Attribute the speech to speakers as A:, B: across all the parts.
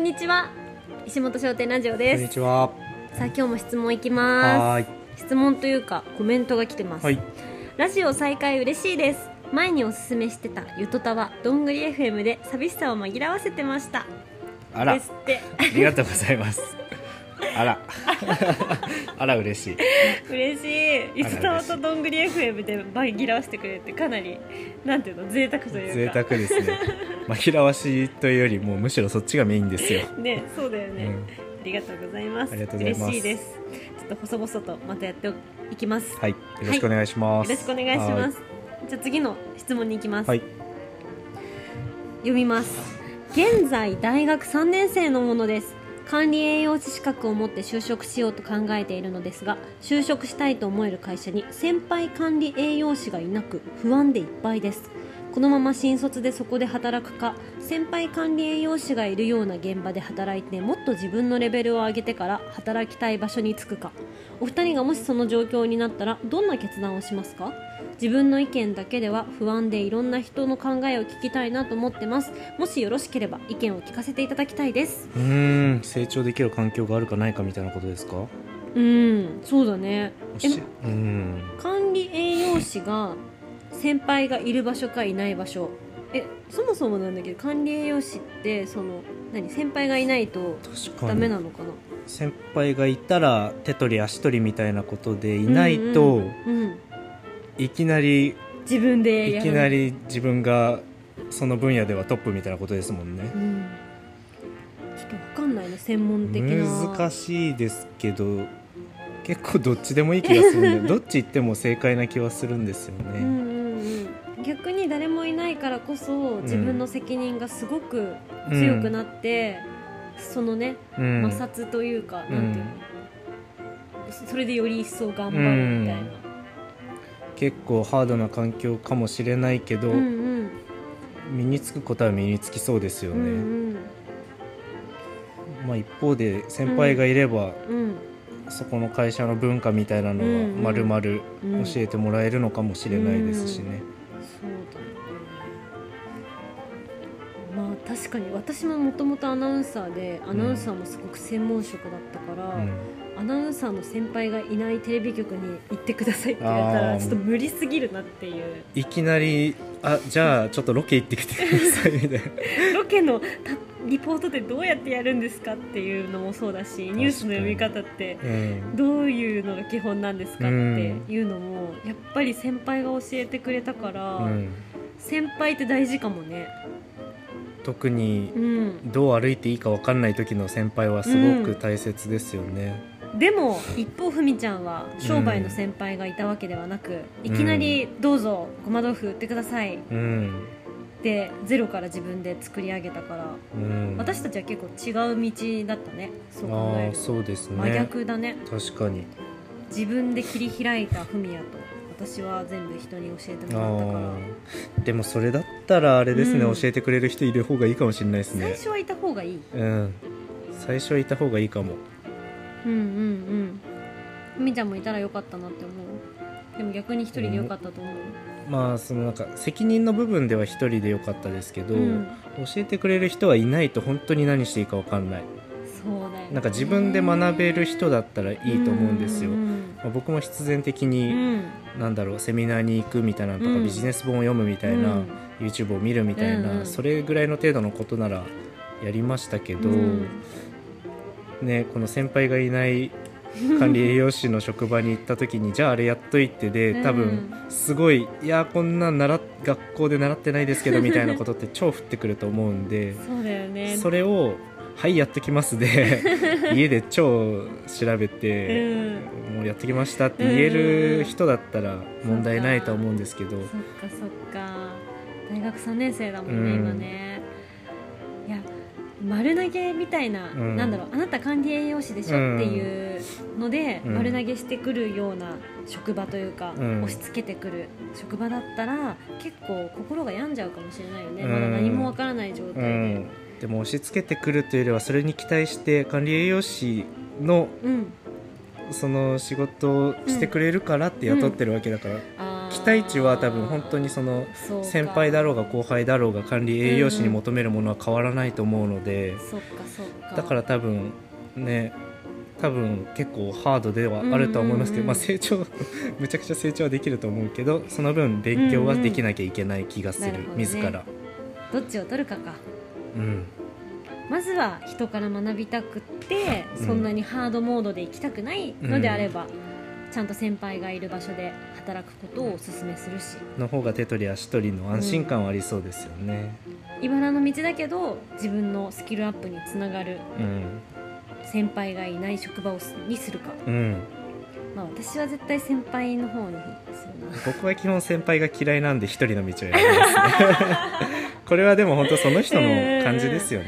A: にちは石本商店ラジオ
B: こ
A: で
B: んに
A: す
B: ちは。
A: さあ今日も質問いきます
B: はーい
A: 質問というかコメントが来てます、
B: はい。
A: ラジオ再開嬉しいです前におすすめしてたゆとたわどんぐり FM で寂しさを紛らわせてました
B: あら、
A: で
B: あ
A: すって
B: りがとうございます。あら、 あら嬉しい。
A: 嬉しいゆとたわとどんぐり FM で紛らわせてくれるってかなりなんていうの贅沢という
B: 贅
A: か
B: 沢ですね。紛らわしいというよりも、むしろそっちがメインですよ。
A: ねそうだよ
B: う
A: ね、
B: ん、
A: ありがとうございます
B: ありがとうございます
A: 嬉しいですちょっと細々とまたやっていきます、
B: はい、よろしくお願いします。
A: よろしくお願いしますじゃあ次の質問に行きます、
B: はい。はい。
A: 読みます現在大学3年生のものです管理栄養士資格を持って就職しようと考えているのですが就職したいと思える会社に先輩管理栄養士がいなく不安でいっぱいですこのまま新卒でそこで働くか先輩管理栄養士がいるような現場で働いてもっと自分のレベルを上げてから働きたい場所に就くかお二人がもしその状況になったらどんな決断をしますか自分の意見だけでは不安でいろんな人の考えを聞きたいなと思ってますもしよろしければ意見を聞かせていただきたいです
B: うーん、成長できる環境があるかないかみたいなことですか。
A: うんそうだね
B: おし
A: え
B: うん。
A: 管理栄養士が先輩がいる場所かいない場所えそもそもなんだけど管理栄養士ってその何先輩がいないと
B: 確
A: ダ
B: か
A: メ
B: に
A: なのかな、
B: 先輩がいたら手取り足取りみたいなことでいないと、
A: うんうんうん
B: いきなり
A: 自分で
B: い
A: や
B: き
A: る
B: なり自分がその分野ではトップみたいなことですもんね
A: うん、ちょっとわかんないね専門的な
B: 難しいですけど結構どっちでもいい気がするんでどっち行っても正解な気はするんですよ
A: うん
B: ね、
A: うんうん、逆に誰もいないからこそ自分の責任がすごく強くなって、そのね
B: うん
A: 摩擦というか、
B: う
A: なん
B: ん
A: ていうのそそれでより一層頑張るみたいな、
B: 結構ハードな環境かもしれないけど、
A: うんうん
B: 身につくことは身につきそうですよ
A: うんう
B: ね、
A: ん
B: まあ、一方で先輩がいれば、
A: うん
B: そこの会社の文化みたいなの
A: う
B: は
A: ん
B: 丸々教
A: うん
B: えてもらえるのかもしれないですしね、
A: そうだねまあ確かに私ももともとアナウンサーでアナウンサーもすごく専門職だったから、
B: うん
A: アナウンサーの先輩がいないテレビ局に行ってくださいって言われた
B: あ
A: ら
B: ー
A: ちょっと無理すぎるなっていう
B: いきなり「あじゃあちょっとロケ行ってきてください」みたいな
A: ロケのたリポートってどうやってやるんですかっていうのもそうだしニュースの読み方って
B: うん
A: どういうのが基本なんですかっていうのもやっぱり先輩が教えてくれたから、
B: うん
A: 先輩って大事かもね。
B: 特に
A: うん、
B: どう歩いていいか分かんない時の先輩はすごく大切ですよね、
A: でも一方ふみちゃんは商売の先輩がいたわけではなく、いきなり「どうぞごま豆腐売ってください」っ
B: うん
A: てゼロから自分で作り上げたから
B: うん、
A: 私たちは結構違う道だったねそう考
B: あ
A: え
B: あ
A: ると
B: そうですね
A: 真逆だね
B: 確かに
A: 自分で切り開いたフミヤと私は全部人に教えて
B: あ
A: もらったから
B: ーでもそれだったらあれですね、
A: うん
B: 教えてくれる人いる方がいいかもしれないで
A: 最
B: すね
A: 初はいた方がいい、
B: うん最初はいた方がいいかも
A: うんうんうんふみちゃんもいたらよかったなって思うでも逆に一人でよかったと思う、
B: まあそのなんか責任の部分では一人でよかったですけど、
A: うん
B: 教えてくれる人はいないと本当に何していいか分かんない
A: そうだよね
B: なんか自分で学べる人だったらいいと思うんですよ、
A: うん
B: まあ僕も必然
A: う
B: 的に、
A: ん
B: なんだろうセミナーに行くみたいなのとか、
A: うん
B: ビジネス本を読むみたいな、
A: うん
B: YouTube を見るみたいな、
A: うんうん
B: それぐらいの程度のことならやりましたけど、
A: うん
B: ね、この先輩がいない管理栄養士の職場に行った時にじゃああれやっといてで多分すごいいやーこんなん習っ学校で習ってないですけどみたいなことって超降ってくると思うんで
A: そうだよね
B: それを「はいやってきま すで」家で超調べて。
A: うん
B: もうやってきましたって言える人だったら問題ないとは思うんですけど、
A: そっかそっか大学3年生だもんね、
B: うん
A: 今ねいや丸投げみたいな、
B: うん
A: なんだろうあなた管理栄養士でしょ、
B: うん
A: っていうので、
B: うん
A: 丸投げしてくるような職場というか、
B: うん
A: 押し付けてくる職場だったら結構心が病んじゃうかもしれないよね、
B: うん
A: まだ何もわからない状態
B: う
A: で、
B: ん、でも押し付けてくるというよりはそれに期待して管理栄養士の
A: うん
B: その仕事をしてくれるからって雇ってるわけだから、
A: あ
B: 期待値は多分本当にその
A: そうか
B: 先輩だろうが後輩だろうが管理栄養士に求めるものは変わらないと思うので、
A: そっかそっか
B: だから多分ね多分結構ハードではあるとは思いますけ
A: うんうんう
B: ど、
A: ん
B: まあ、成長 むちゃくちゃ成長はできると思うけどその分勉強はできなきゃいけない気がする、
A: うんうんなるほどね
B: 自ら、
A: どっちを取るかか
B: うん、
A: まずは人から学びたくって、
B: うん
A: そんなにハードモードで行きたくないのであれば、ちゃんと先輩がいる場所で働くことをおすすめするし
B: の方が手取り足取りの安心感はありそうですよね。
A: 茨の道だけど自分のスキルアップにつながる
B: うん、
A: 先輩がいない職場をすにするか、
B: うん、
A: まあ、私は絶対先輩の方にするな
B: 僕は基本先輩が嫌いなんで一人の道を選びますね これはでも本当その人の感じですよね、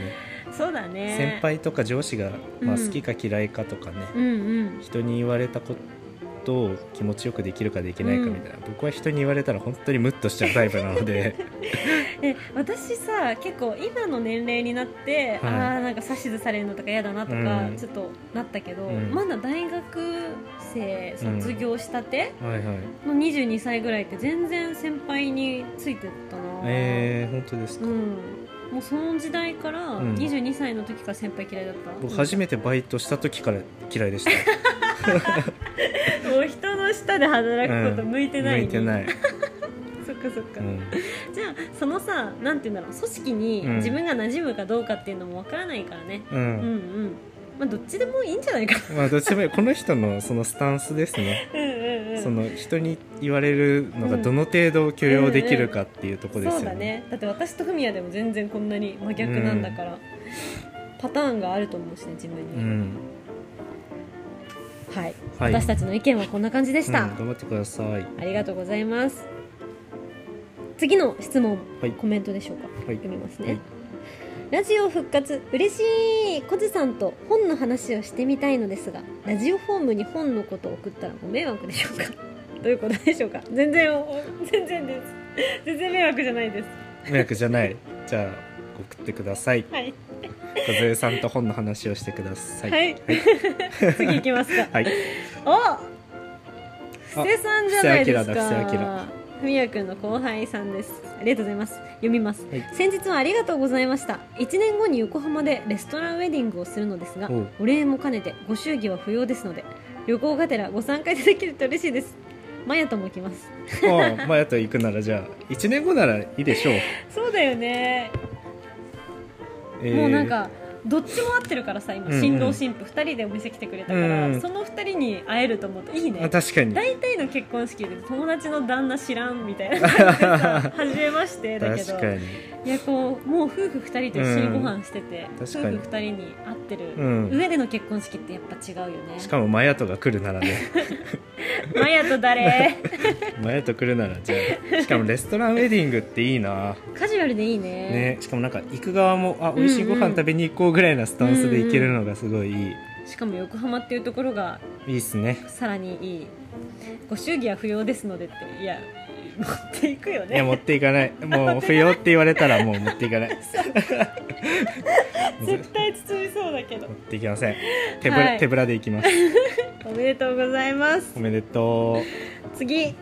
A: そうだね
B: 先輩とか上司が、まあ、
A: うん
B: 好きか嫌いかとかね、
A: うんうん
B: 人に言われたことを気持ちよくできるかできないかみたいな、僕は人に言われたら本当にムッとしちゃうタイプな ので
A: え私さ結構今の年齢になって、
B: はい
A: ああなんか指図されるのとか嫌だなとか、
B: うん
A: ちょっとなったけど、
B: うん
A: まだ大学生卒業したて
B: はいはい
A: の22歳ぐらいって全然先輩についてったな、
B: えー、本当です
A: う
B: か、
A: んもうその時代から
B: うん
A: 22歳の時から先輩嫌いだった、
B: 僕初めてバイトした時から嫌 いでした
A: もう人の下で働くこと向いてない、
B: 向いてない、
A: そっかそっか、
B: うん、
A: じゃあそのさなんて言うんだろう組織に
B: うん
A: 自分が馴染むかどうかっていうのもわからないからね、
B: う
A: うん、うん
B: ん
A: まあどっちでもいいんじゃないかな
B: まあどっちでもいいこの人のそのスタンスですね
A: うんうんうん
B: その人に言われるのがどの程度許容できるかっていうところです
A: そう
B: よ
A: だ
B: ね。
A: ねだって私とフミヤでも全然こんなに真逆なんだから、パターンがあると思うしね自分
B: う
A: に、
B: ん、
A: はい、
B: はい
A: 私たちの意見はこんな感じで
B: う
A: し
B: ん
A: た、
B: 頑張ってください。は
A: ありがとうございます次の質問、
B: はい
A: コメントでしょうか
B: い、
A: 読みますね、
B: はい
A: ラジオ復活嬉しいコズさんと本の話をしてみたいのですがラジオホームに本のことを送ったらご迷惑でしょうかどういうことでしょうか全然お全然です全然迷惑じゃないです
B: 迷惑じゃない。じゃあ送ってください。
A: はい
B: 小杉さんと本の話をしてください。
A: はい次行きます か
B: はい。
A: お布施さんじゃないです
B: 布施明だ布施
A: かふみやくんの後輩さんですありがとうございます読みます、
B: はい
A: 先日はありがとうございました1年後に横浜でレストランウェディングをするのですが
B: おう
A: お礼も兼ねてご祝儀は不要ですので旅行がてらご参加いただけると嬉しいですマヤとも来ます
B: 明。ああ、まああと行くならじゃあ一年後ならいいでしょう。
A: そうだよね、
B: え ー
A: もうなんかどっちも合ってるからさ今
B: うんうん
A: 新郎新婦2人でお店来てくれたから、
B: うん
A: その2人に会えると思うといいね
B: あ確かに
A: 大体の結婚式で友達の旦那知らんみたい な感じでさ初めましてだけど
B: 確かに。
A: いやこうもう夫婦2人と一緒にご飯してて、
B: ん
A: 夫
B: 確
A: 婦
B: かに
A: 2人に会ってる、
B: うん
A: 上での結婚式ってやっぱ違うよね
B: しかもマヤトが来るな らね。
A: マヤと 誰
B: マヤト来るならじゃあ。しかもレストランウェディングっていいな。
A: カジュアルでいいね
B: ね、しかもなんか行く側もあ美味しいご飯食べに行こうぐらいなスタンスで行けるのがすごいいい、
A: しかも横浜っていうところが
B: いいっすね
A: さらにいいご祝儀は不要ですのでっていや持っていくよ
B: いや
A: ね
B: 持っていかないもう不要って言われたらもう持っていかない持
A: 絶対包みそうだけど
B: っていきません手ぶら、
A: はい
B: 手ぶらで行きます
A: おめでとうございます
B: おめでと
A: 次アン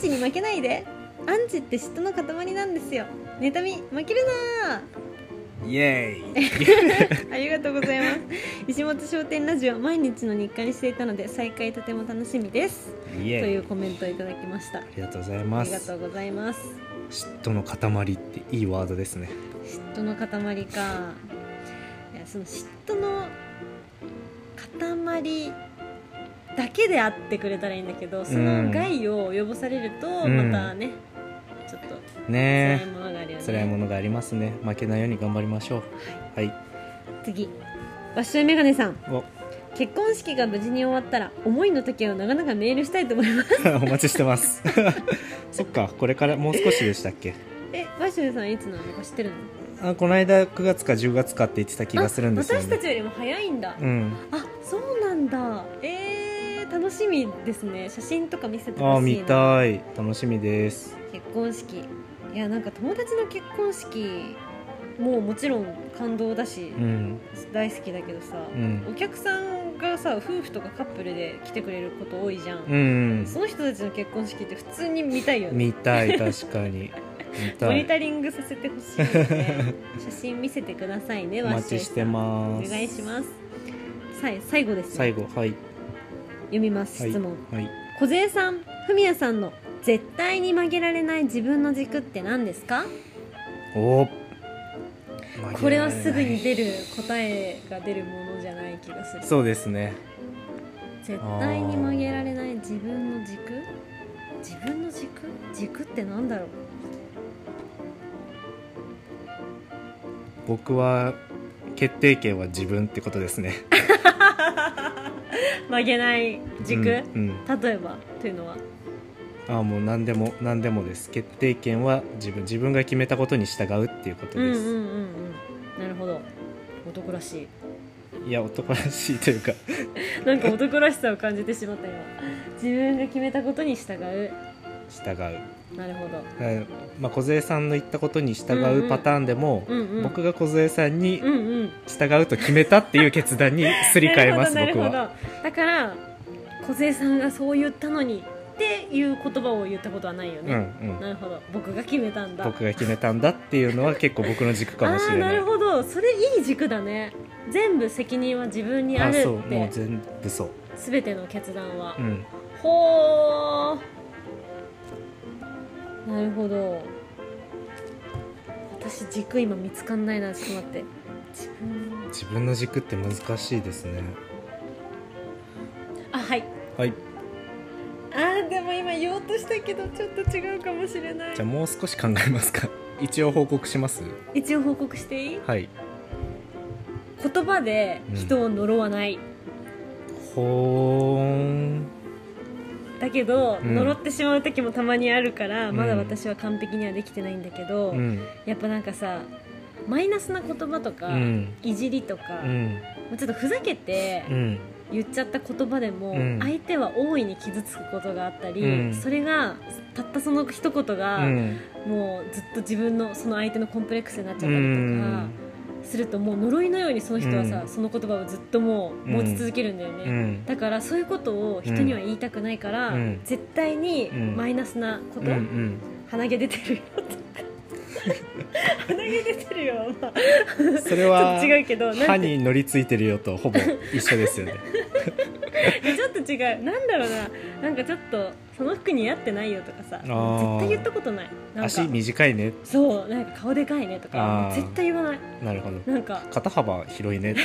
A: チに負けないでアンチって嫉妬の塊なんですよ妬み負けるな
B: うイエ ーイ
A: ありがとうございます石本商店ラジオ毎日の日課にしていたので再開とても楽しみです
B: イ
A: と
B: エー
A: い
B: イ
A: うコメントをいただきましたあ
B: ありがとうございま
A: りが
B: す
A: とうございます
B: 嫉妬の塊っていいワードですね
A: 嫉妬の塊かいやその嫉妬の塊だけであってくれたらいいんだけどその害を及ぼされると
B: うん
A: またね、ちょっと辛い
B: ね
A: ものがあるよね
B: え辛いものがありますね負けないように頑張りましょうはい
A: 次わっしょいメガネさん
B: お
A: 結婚式が無事に終わったら思いの時をなかなかメールしたいと思います
B: お待ちしてます そっかこれからもう少しでしたっけ
A: えわっしょいさんいつなのか知ってるの
B: あこの間9月か10月かって言ってた気がするんですよ
A: あ私た
B: ね
A: ちよりも早いんだ、
B: うん
A: あそうなんだえー、楽しみですね写真とか見せて
B: あ
A: ほ
B: ー
A: しい
B: 見
A: な
B: たい楽しみです
A: 結婚式いやなんか友達の結婚式ももちろん感動だし、
B: うん
A: 大好きだけどさ、
B: うん
A: お客さん家さ夫婦とかカップルで来てくれること多いじゃん、
B: うん
A: その人たちの結婚式って普通に見たいよね
B: 見 たい確かに見
A: モ
B: た
A: ニ
B: い
A: タリングさせてほしいよ ね写真見せてくださいね
B: お
A: わ
B: 待
A: しゅう
B: ち
A: さん
B: してます
A: お願いしますさい最後です、ね、
B: 最後はい
A: 読みます
B: はい
A: 質問、
B: はい
A: 小杉さんふみやさんの絶対に曲げられない自分の軸って何ですか
B: お
A: これはすぐに出る答えが出るものじゃない気がする
B: そうですね
A: 絶対に曲げられない自分の軸自分の軸軸ってなんだろう
B: 僕は決定権は自分ってことですね
A: 曲げない軸、
B: うん、うん
A: 例えばというのは
B: ああもう何でも何でもです決定権は自分自分が決めたことに従うっていうこと
A: うんうん
B: で
A: う
B: す、
A: んうんなるほど男らしい
B: いや男らしいというか
A: なんか男らしさを感じてしまった今自分が決めたことに従う
B: 従う、
A: なるほど
B: はいまあ、梢さんの言ったことに従
A: んう
B: うんパターンでも、
A: うんうん
B: 僕が梢さんに
A: うんうん
B: 従うと決めたっていう決断にすり替えます
A: なる
B: 僕
A: ほど
B: は
A: なるほどだから梢さんがそう言ったのにっていう言葉を言ったことはないよ
B: うんう
A: ね、
B: ん
A: なるほど僕が決めたんだ
B: 僕が決めたんだっていうのは結構僕の軸かもしれ
A: あ
B: な
A: あ
B: い
A: ーるほどそれいい軸だね全部責任は自分にあ
B: あ
A: る
B: そう
A: っ
B: もう
A: て
B: 全部そう
A: 全ての決断は、
B: うん
A: ほーなるほど私軸今見つかんないなちょっと待って自分
B: 自分の軸って難しいですね
A: あはい
B: はい
A: あーでも今言おうとしたけどちょっと違うかもしれない
B: じゃあもう少し考えますか一応報告します
A: 一応報告していい
B: はい
A: 言葉で人を呪わない、
B: ほーん
A: だけど、
B: うん
A: 呪ってしまう時もたまにあるから、
B: うん
A: まだ私は完璧にはできてないんだけど、
B: うん
A: やっぱなんかさマイナスな言葉と
B: う
A: か、
B: ん
A: いじりとか、
B: う
A: も
B: ん
A: うちょっとふざけて
B: うん
A: 言っちゃった言葉でも、
B: うん
A: 相手は大いに傷つくことがあったり、
B: うん
A: それがたったその一言
B: う
A: が、
B: ん
A: もうずっと自分のその相手のコンプレックスになっちゃった
B: う
A: りとか。
B: ん
A: するともう呪いのようにその人はさ、
B: うん
A: その言葉をずっともう持ち続けるんだよね、
B: うん
A: だからそういうことを人には言いたくないから、
B: うん
A: 絶対に
B: うん
A: マイナスなこと、
B: うん
A: 鼻毛出てるよ とか鼻毛出てるよは、まあ、
B: うんそれ
A: ち
B: は
A: ょっと違うけどなんて
B: 歯に乗りついてるよとほぼ一緒ですよね
A: ちょっと違うなんだろうななんかちょっとその服似合ってないよとかさ
B: あー
A: 絶対言ったことないなんか
B: 足短いね
A: そうなんか顔でかいねと
B: あ
A: か
B: ー
A: 絶対言わない
B: なるほど
A: なんか
B: 肩幅広いねって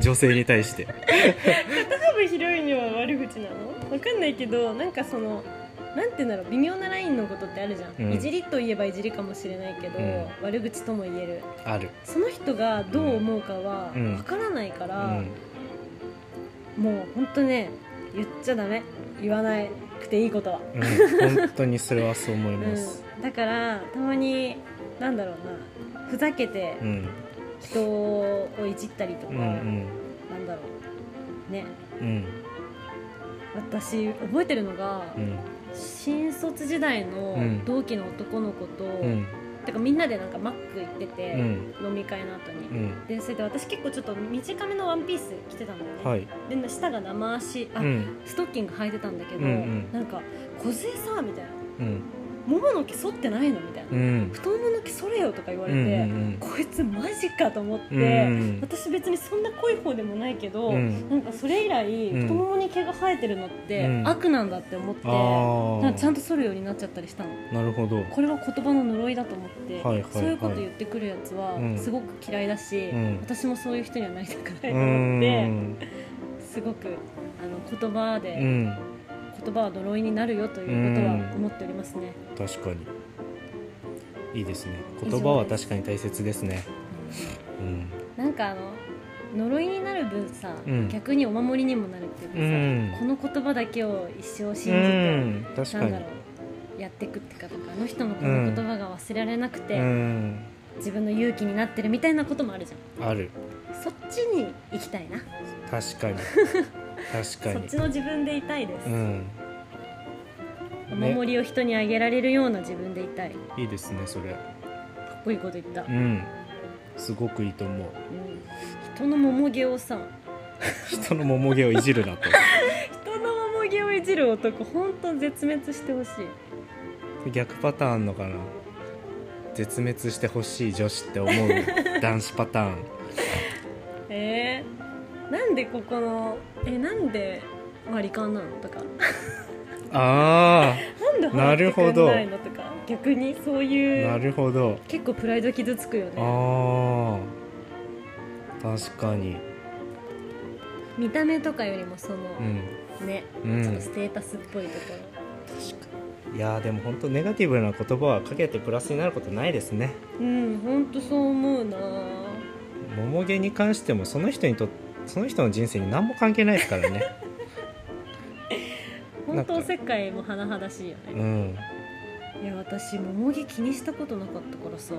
B: 女性に対して
A: 多分ヒロインには悪口なのわかんないけどなんかそのなんて言うんだろう微妙なラインのことってあるじゃん、
B: うん
A: いじりといえばいじりかもしれないけど、
B: うん
A: 悪口とも言える
B: ある
A: その人がどう思うかは
B: うん
A: わからないか
B: う
A: ら、
B: ん
A: もうほんとね言っちゃダメ言わなくていいことは、
B: うん本当にそれはそう思いうます
A: ん、だからたまになんだろうなふざけて
B: うん
A: 人をいじったりとか、
B: うんうん
A: なんだろうね
B: うん
A: 私覚えてるのが、
B: うん
A: 新卒時代の
B: うん
A: 同期の男の子と、
B: うん
A: てかみんなでなんかマック行って
B: う
A: て、
B: ん
A: 飲み会の後に、
B: うん
A: でそれで私結構ちょっと短めのワンピース着てたんだよね、
B: はい
A: で下が生足あ、
B: うん
A: ストッキング履いてたんだけど、
B: うんうん
A: なんか「小杉さ」みたいな
B: うん
A: 「ももの毛剃ってないの?」みたいな、
B: うん
A: 太ももの毛剃れよ」とか言わ
B: う
A: れ
B: ん
A: て、
B: うん
A: こいつマジかと思って、
B: うん
A: 私別にそんな濃い方でもないけど、
B: うん
A: なんかそれ以来、
B: うん
A: 太ももに毛が生えてるのって、
B: うん
A: 悪なんだって思って。
B: あ
A: なんかちゃん
B: あ
A: と剃るようになっちゃったりしたの
B: なるほど
A: これは言葉の呪いだと思って、
B: はいはいはい
A: そういうこと言ってくるやつは
B: うん
A: すごく嫌いだし、
B: うん
A: 私もそういう人にはなりたくない
B: う
A: と思って
B: ん
A: すごくあの言葉
B: う
A: で、
B: ん
A: 言葉は呪いになるよということは思っておりますね、
B: 確かにいいですね言葉は
A: 以上です
B: 確かに大切ですねうん
A: なんかあの呪いになる分さ、
B: うん
A: 逆にお守りにもなるっていうかさ、
B: うん
A: この言葉だけを一生信じ
B: う
A: て、
B: ん確
A: な
B: か
A: んだろ
B: に
A: うやっていくっていうかなんかあの人のこの言葉が忘れられなくて、
B: うん
A: 自分の勇気になってるみたいなこともあるじゃん
B: ある
A: そっちに行きたいな
B: 確かに確か
A: そっ
B: に
A: ちの自分でいたいです、
B: うん
A: お
B: ね
A: 守りを人にあげられるような自分でいたいか
B: いいですねそれ
A: っこいいこと言った、
B: うんすごくいいと思う
A: うん人の桃毛をさ
B: 人の桃毛をいじるなと
A: 人の桃毛をいじる男本当絶滅してほしい
B: 逆パターンあんのかな絶滅してほしい女子って思う男子パターン
A: えー、なんでここのえなんで割り勘なのとか
B: あ
A: なんで
B: な
A: 入って
B: るほ
A: くん
B: ど
A: ないのとか逆にそう
B: あ
A: い
B: な
A: う
B: るほど
A: 結構プライド傷つくよ
B: あ
A: ね
B: ー確かに
A: 見た目とかよりもその、
B: うん
A: ね、
B: うん
A: ちょっとステータスっぽいとこ
B: いやーでも本当ネガティブな言葉はかけてプラスになることないですね
A: ろうんほんとそう思うな
B: 桃毛に関してもその人にとその人の人生に何も関係ないですからね
A: 本当おせっかいも甚だしいよ
B: う
A: ね、
B: ん
A: いや私桃毛気にしたことなかったから さ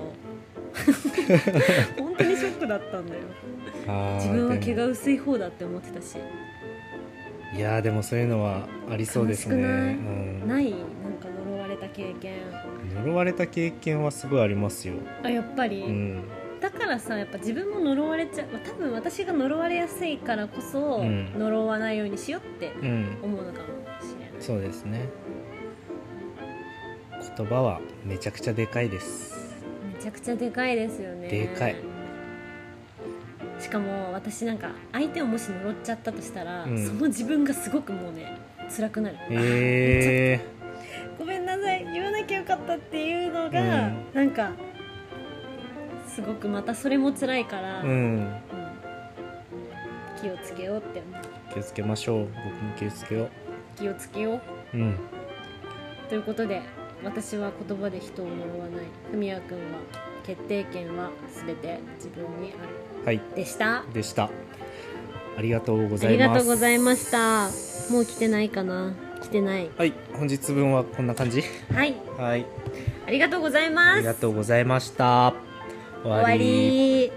A: 本当にショックだったんだよ
B: あー
A: 自分は
B: で
A: 毛
B: も
A: が薄い方だって思ってたし
B: いやーでもそういうのはありそうですね
A: 悲しくない
B: うん、
A: ないなんか呪われた経験
B: 呪われた経験はすごいありますよ、
A: あやっぱり、
B: うん
A: だからさやっぱ自分も呪われちゃうまあ多分私が呪われやすいからこそ、
B: うん
A: 呪わないようにしようって
B: うん、
A: 思うのかもしれない
B: そうですね言葉はめちゃくちゃでかいです
A: めちゃくちゃでかいですよね
B: でかい
A: しかも私なんか相手をもし呪っちゃったとしたら、
B: うん
A: その自分がすごくもうね辛くなる、
B: え
A: ごめんなさい言わなきゃよかったっていうのが、
B: うん
A: なんかすごくまたそれも辛いから、
B: ー、うん
A: うん気をつけようって思う
B: 気をつけましょう僕も気をつけよ
A: 気をつけよう
B: ううん
A: ということで私は言葉で人を呪わないふみやくんは決定権は全て自分にある
B: はい
A: でした
B: でしたありがとうご
A: あ
B: ざ
A: り
B: います
A: がとうございましたもう来てないかな来てない
B: はい本日分はこんな感じ
A: はい
B: はい
A: ありがとうござい
B: あ
A: ま
B: り
A: す
B: がとうございました終
A: 終わり